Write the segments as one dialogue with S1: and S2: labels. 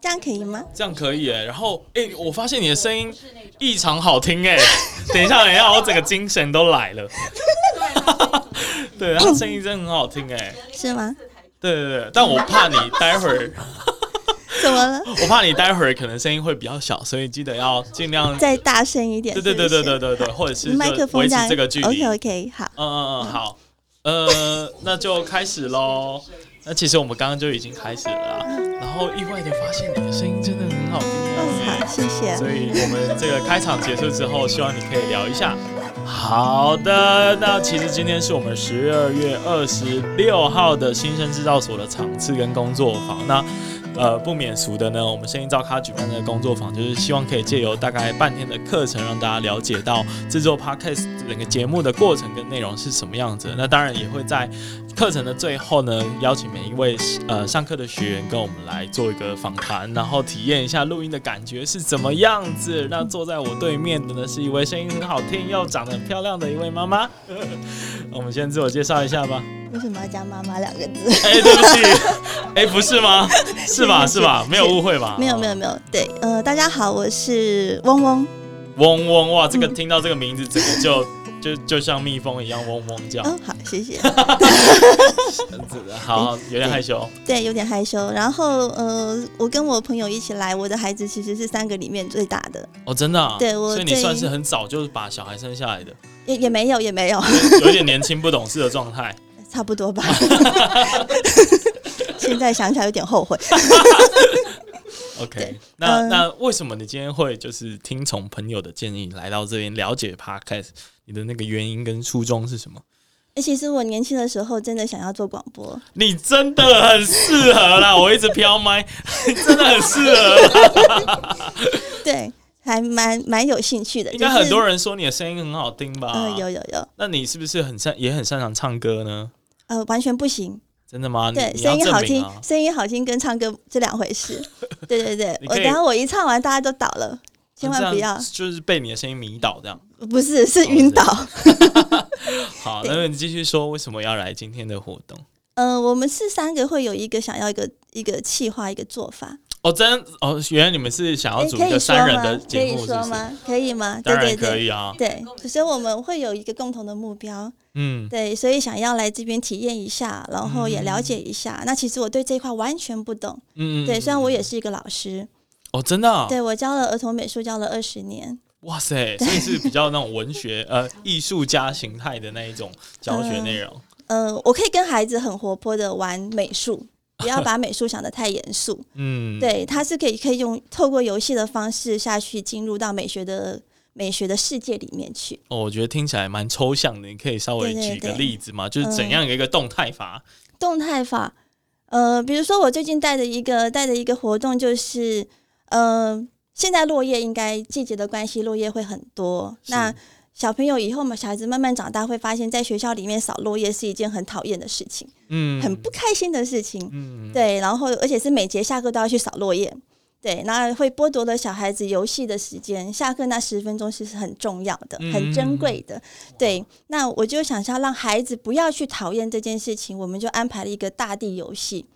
S1: 这样可以吗？
S2: 这样可以哎、然后哎、我发现你的声音异常好听哎、等一下，等一下，我整个精神都来了。 对，他声音真的很好听哎、
S1: 是吗？
S2: 对对对，但我怕你待会儿，
S1: 怎么了？
S2: 我怕你待会儿可能声音会比较小，所以记得要尽量。
S1: 再大声一点。
S2: 对对对对对
S1: 对，
S2: 对对，或者是
S1: 麦克
S2: 就
S1: 风
S2: 维
S1: 这
S2: 持
S1: 样。哦
S2: 这个距离。
S1: OK OK，好。
S2: 嗯嗯嗯，好，呃，那就开始喽。那其实我们刚刚就已经开始了啦，然后意外的发现你的声音真的很好听
S1: 嗯，好，
S2: 啊，
S1: 谢谢。
S2: 所以我们这个开场结束之后，希望你可以聊一下。好的，那其实今天是我们十二月二十六号的新生制造所的场次跟工作坊。那呃，不免俗的呢，我们声音造咖举办的工作坊，就是希望可以借由大概半天的课程，让大家了解到制作 podcast 整个节目的过程跟内容是什么样子的。那当然也会在课程的最后呢，邀请每一位呃上课的学员跟我们来做一个访谈，然后体验一下录音的感觉是怎么样子。那坐在我对面的呢，是一位声音很好听又长得很漂亮的一位妈妈。呃我们先自我介绍 一下吧。
S1: 为什么要加“妈妈”两个字？
S2: 哎、对不起，哎、不是吗？是吧？是吧？没有误会吧？
S1: 没有没有没有，对，呃，大家好，我是嗡嗡。
S2: 嗡嗡哦哇，这个听到这个名字，整个就 就就像蜜蜂一样嗡嗡叫，
S1: 哦，好，谢谢。
S2: 好，有点害羞。
S1: 对，有点害羞。然后，呃，我跟我朋友一起来，我的孩子其实是三个里面最大的，
S2: 哦，真的、啊，
S1: 对我
S2: 所以你
S1: 最
S2: 算是很早就把小孩生下来的，
S1: 也也没有也没有，
S2: 有一点年轻不懂事的状态。
S1: 差不多吧。现在想起来有点后悔。
S2: OK，
S1: 对
S2: 那、
S1: 嗯
S2: 那为什么你今天会就是听从朋友的建议来到这边了解 Podcast？你的那个原因跟初衷是什么？
S1: 哎其实我年轻的时候真的想要做广播，
S2: 你真的很适合啦！我一直飘麦， 你真的很适合 啦。
S1: 对，还蛮蛮有兴趣的。
S2: 应该很多
S1: 人
S2: 人说你的声音很好听吧？
S1: 呃，有有有，
S2: 那你是不是很擅也很擅长唱歌呢？
S1: 呃，完全不行。
S2: 真的吗？你
S1: 对，
S2: 嗯你
S1: 声
S2: 要
S1: 音
S2: 证
S1: 好
S2: 明
S1: 听
S2: 啊，！
S1: 声音好听跟唱歌这两回 事。对对对
S2: 你，
S1: 我
S2: 可以哦
S1: 等下我一唱完，大家都倒了，千
S2: 这
S1: 万
S2: 样哦
S1: 不要，
S2: 就是被你的声音迷倒这样。
S1: 不是是晕倒。
S2: 好，
S1: 对
S2: 那你继续说为什么要来今天的活动？
S1: 呃，我们是三个会有一个想要一个一个企划一个做法，
S2: 哦，真哦，原来你们是想要
S1: 诶
S2: 组
S1: 可
S2: 一
S1: 以
S2: 个
S1: 说
S2: 三人的
S1: 吗？可
S2: 节
S1: 以
S2: 目，是
S1: 说
S2: 不是？
S1: 吗？可以吗？对
S2: 当然
S1: 对
S2: 可
S1: 对。
S2: 以啊，
S1: 对，所以我们会有一个共同的目标，
S2: 嗯，
S1: 对，所以想要来这边体验一下，然后也了解一下。那其实我对这一块完全不懂，
S2: 嗯嗯，
S1: 对，
S2: 嗯
S1: 虽然我也是一个老师，
S2: 哦，真的、啊，
S1: 对我教了儿童美术教了二十年，
S2: 哇塞，所以是比较那种文学呃艺术家形态的那一种教
S1: 嗯
S2: 学内容。
S1: 呃，我可以跟孩子很活泼的玩美术，不 要把美术想得太严肃。
S2: 嗯，，
S1: 对，它是可以可以用透过游戏的方式下去进入到美学的美学的世界里面去。
S2: 哦，我觉得听起来蛮抽象的，你可以稍
S1: 对
S2: 微
S1: 对
S2: 举个
S1: 对嗯
S2: 例子吗？就是怎样有一个动态法？
S1: 动态法，呃，比如说我最近带的一个带的一个活动就是，呃，现在落叶应该季节的关系，落叶会很多。
S2: 是
S1: 那小朋友以后嘛，小孩子慢慢长大会发现，在学校里面扫落叶是一件很讨厌的事情，
S2: 嗯，
S1: 很不，开心的事情。
S2: 嗯，
S1: 对，然后而且是每节下课都要去扫落叶，对，那会剥夺了小孩子游戏的时间，下课那十分钟其实很重要
S2: 嗯
S1: 的，很珍贵的。对，那我就想要让孩子不要去讨厌这件事情，我们就安排了一个大地游戏，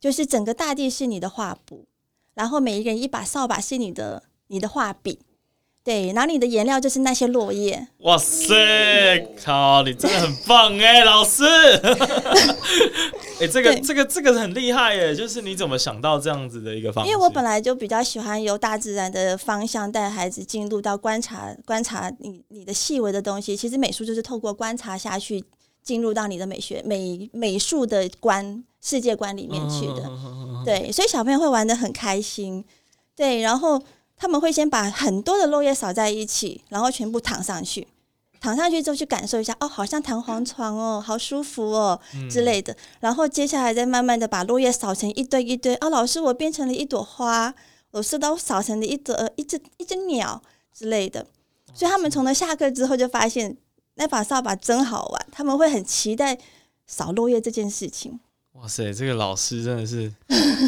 S1: 就是整个大地是你的画布，然后每一个人一把扫把是你的你的画笔。对，然后你的颜料就是那些落叶，
S2: 哇塞，靠，你真的很棒哎，老师。 哎、这个
S1: 对
S2: 这个这个很厉害哎，就是你怎么想到这样子的一个方
S1: 因
S2: 式？
S1: 为我本来就比较喜欢由大自然的方向带孩子进入到观察观察你你的细微的东西。其实美术就是透过观察下去，进入到你的美学美美术的观世界观里面去
S2: 嗯
S1: 的。
S2: 的
S1: 对，所以小朋友会玩的很开心。对，然后他们会先把很多的落叶扫在一起，然后全部躺上去。躺上去之后去感受一下，哦，好像弹簧床哦，好舒服哦
S2: 嗯
S1: 之类的。然后接下来再慢慢的把落叶扫成一堆一堆。哦，老师，我变成了一朵花，老师都扫成了一朵、呃一只一只鸟之类的。
S2: 哦
S1: 所以他们从了下课之后就发现那把扫把真好玩，他们会很期待扫落叶这件事情。
S2: 哇塞，这个老师真 的是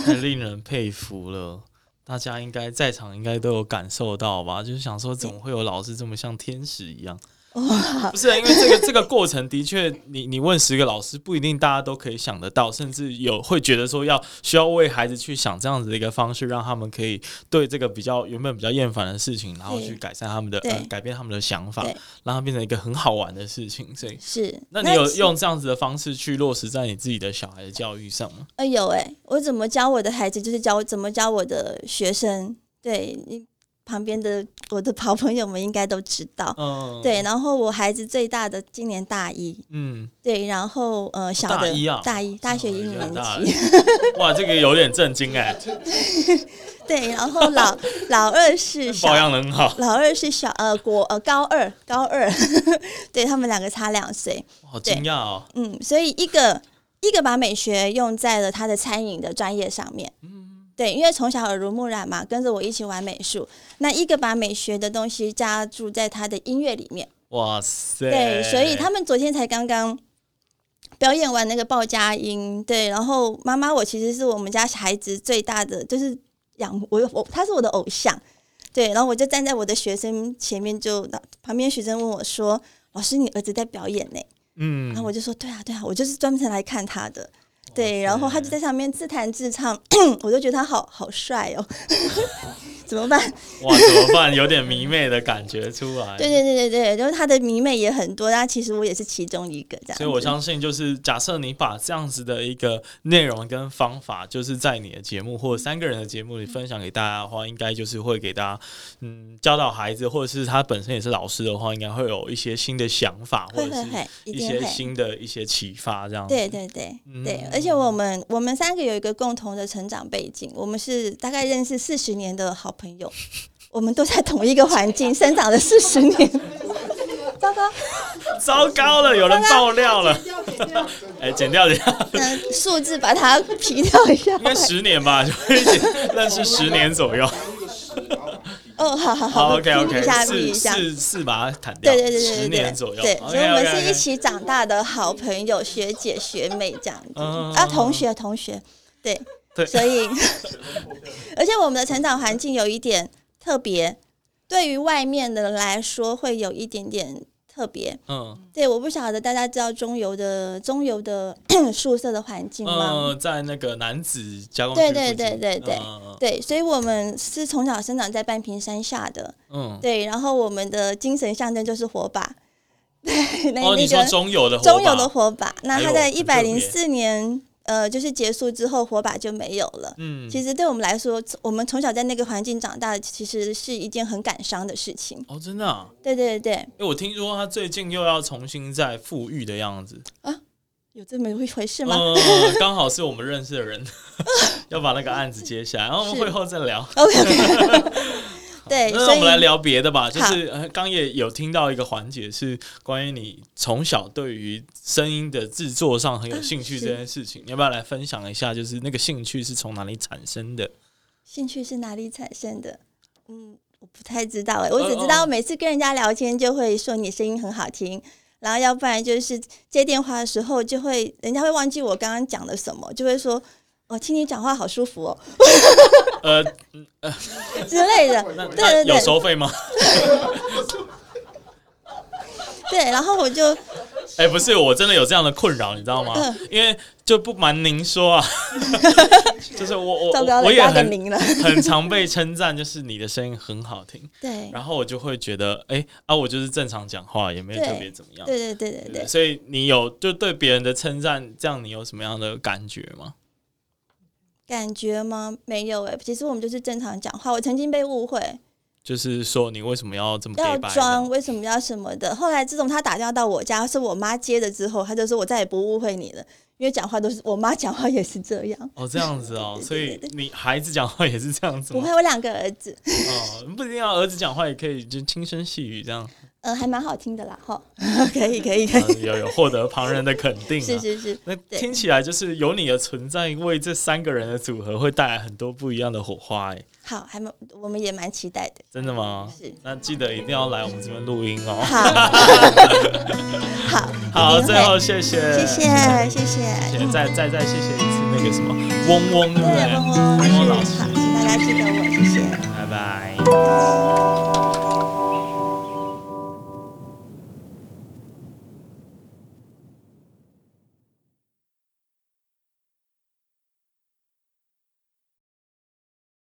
S2: 太令人佩服了。大家应该在场应该都有感受到吧？就是想说，怎么会有老师这么像天使一样？不是啊因为这 个这个过程的确，你你问十个老师，不一定大家都可以想得到，甚至有会觉得说要需要为孩子去想这样子的一个方式，让他们可以对这个比较原本比较厌烦的事情，然后
S1: 对
S2: 去改善他们的呃
S1: 对
S2: 改变他们的想法
S1: 对，
S2: 让它变成一个很好玩的事情。所以，
S1: 是。
S2: 那你有
S1: 其
S2: 用这样子的方式去落实在你自己的小孩的教育上吗？
S1: 呃，有哎、我怎么教我的孩子，就是教我怎么教我的学生。对你旁边的我的好朋友们应该都知道。
S2: 嗯，
S1: 对，，然后我孩子最大的今年大一，
S2: 嗯，
S1: 对，然后呃小的
S2: 大一啊哦
S1: 大一大学一年
S2: 大
S1: 级，
S2: 哇，这个有点震惊哎、
S1: 对，然后老老二 是
S2: 保
S1: 小
S2: 养的很好，
S1: 老二是小呃国呃高二高二， 对他们两个差两岁，
S2: 好惊讶哦。
S1: 嗯，所以一个一个把美学用在了他的餐饮的专业上面，对，因为从小耳濡目染嘛，跟着我一起玩美术，那一个把美学的东西加注在他的音乐里面，
S2: 哇塞！
S1: 对，所以他们昨天才刚刚。表演完那个报佳音，对，然后妈妈我其实是我们家孩子最大的，就是仰我我他是我的偶像，对，然后我就站在我的学生前面就，旁边学生问我说：“老师，你儿子在表演呢、
S2: 嗯
S1: 然后我就说：“对啊，对啊，我就是专门来看他的。”
S2: 哇塞
S1: 对，然后他就在上面自弹自唱， 我就觉得他好好帅哦， 怎么 办？
S2: 哇，怎么办？有点迷妹的感觉出来。
S1: 对对对对对，就是他的迷妹也很多，但其实我也是其中一个这样子。
S2: 所以我相信，就是假设你把这样子的一个内容跟方法，就是在你的节目或者三个人的节目里分享给大家的话，应该就是会给大家，嗯，教导孩子，或者是他本身也是老师的话，应该会有一些新的想法，或
S1: 会
S2: 者
S1: 会
S2: 是
S1: 会，一
S2: 一
S1: 定
S2: 些
S1: 会。
S2: 新的一些启发，这样子。
S1: 对对对对
S2: 嗯，
S1: 而且我们我们三个有一个共同的成长背景，我们是大概认识四十年的好朋友，我们都在同一个环境生长了四十年。 糟糕，
S2: 糟糕了，有人爆料了。哎，剪掉剪掉，
S1: 那数字把它 劈掉一下
S2: 应。该十年吧，就会认识十年左右。
S1: 哦，好好
S2: 好
S1: 好
S2: ，OK
S1: 劈一
S2: OK，
S1: 下，劈
S2: 四
S1: 一下。
S2: 四四把它砍掉，
S1: 对对对对对对
S2: 十年左右，
S1: 对，所以我们是
S2: OK，OK，OK
S1: 一起长大的好朋友、学姐、学妹这样子
S2: 嗯
S1: 啊，同学、同学，对
S2: 对
S1: 所 以而且我们的成长环境有一点特别，对于外面的人来说会有一点点特别。
S2: 嗯
S1: 对，我不晓得大家知道中游的中游的 宿舍的环境吗？
S2: 嗯，在那个男子加工区
S1: 对对
S2: 附近
S1: 对对对
S2: 嗯
S1: 对，所以我们是从小生长在半屏山下的，
S2: 嗯，
S1: 对，然后我们的精神象征就是火把，对，那
S2: 哦，
S1: 那
S2: 你说
S1: 个
S2: 中友的火
S1: 中友
S2: 把
S1: 的火把，那它
S2: 哎
S1: 在
S2: 呦
S1: 一
S2: 很
S1: 百
S2: 特
S1: 零
S2: 别
S1: 四年，呃，就是结束之后，火把就没有了。
S2: 嗯，
S1: 其实对我们来说，我们从小在那个环境长大，其实是一件很感伤的事情。
S2: 哦，真的啊，
S1: 对对对，
S2: 哎，我听说他最近又要重新再富裕的样子，
S1: 有这么一回事 吗？
S2: 嗯，刚好是我们认识的人， 要把那个案子接下来，然后我们
S1: 是
S2: 会后再聊。
S1: 对，
S2: 那
S1: 哎所
S2: 我
S1: 以
S2: 们来聊别的吧，就
S1: 好
S2: 是呃刚也有听到一个环节是关于你从小对于声音的制作上很有兴趣
S1: 啊是
S2: 这件事情，你要不要来分享一下？就是那个兴趣是从哪里产 生的？
S1: 兴趣是哪里产生的？嗯，我不太知道哎、我只
S2: 哦
S1: 知
S2: 哦
S1: 道每次跟人家聊天就会说你声音很好听，然后要不然就是接电话的时候就会人家会忘记我刚刚讲了什么，就会说哦，听你讲话好舒服哦
S2: 呃，
S1: 之类的。
S2: 那
S1: 对
S2: 那
S1: 对对
S2: 有收 费吗？
S1: 对，然后我就
S2: 哎、不是，我真的有这样的困扰，你知道吗？
S1: 嗯
S2: 因为就不瞒您 说啊，就是我我
S1: 糟糕
S2: 我
S1: 了，
S2: 也
S1: 加个
S2: 很
S1: 零了。
S2: 很常被称赞，就是你的声音很好听，
S1: 对，
S2: 然后我就会觉得，哎、啊，我就是正常讲话，也没有
S1: 对
S2: 特别怎么样。
S1: 对对对对
S2: 对
S1: 对，
S2: 所以你有就对别人的称赞，这样你有什么样的感觉吗？
S1: 感觉吗？没有哎、其实我们就是正常讲话。我曾经被误会，
S2: 就是说你为什么要这么
S1: 要
S2: 给白？
S1: 装，为什么要什么的。后来自从他打电话到我家，是我妈接的之后，他就说我再也不误会你了，因为讲话都是我妈讲话也是这样。
S2: 哦，这样子哦，
S1: 对对
S2: 所以
S1: 对
S2: 你孩子讲话也是这样子
S1: 不
S2: 吗
S1: 会，？我两个儿子，
S2: 哦，不一定要儿子讲话也可以，就轻声细语这样，
S1: 呃，还蛮好听的啦， 哈，可以可以可
S2: 啊
S1: 以，
S2: 有有获得旁人的肯定、啊。
S1: 是是是，
S2: 那听起来就是有你的存在，为这三个人的组合会带来很多不一样的火花、哎，
S1: 好，还蛮我们也蛮期待的，
S2: 真的吗？
S1: 是
S2: 那记得一定要来我们这边录音哦。
S1: 好，好，
S2: 好，
S1: 一定
S2: 最
S1: 会
S2: 后谢谢，
S1: 谢谢谢谢，
S2: 谢谢，再再再谢谢一次那个什么嗡嗡，对不
S1: 对，
S2: 对？
S1: 嗡嗡
S2: 嗡嗡老师。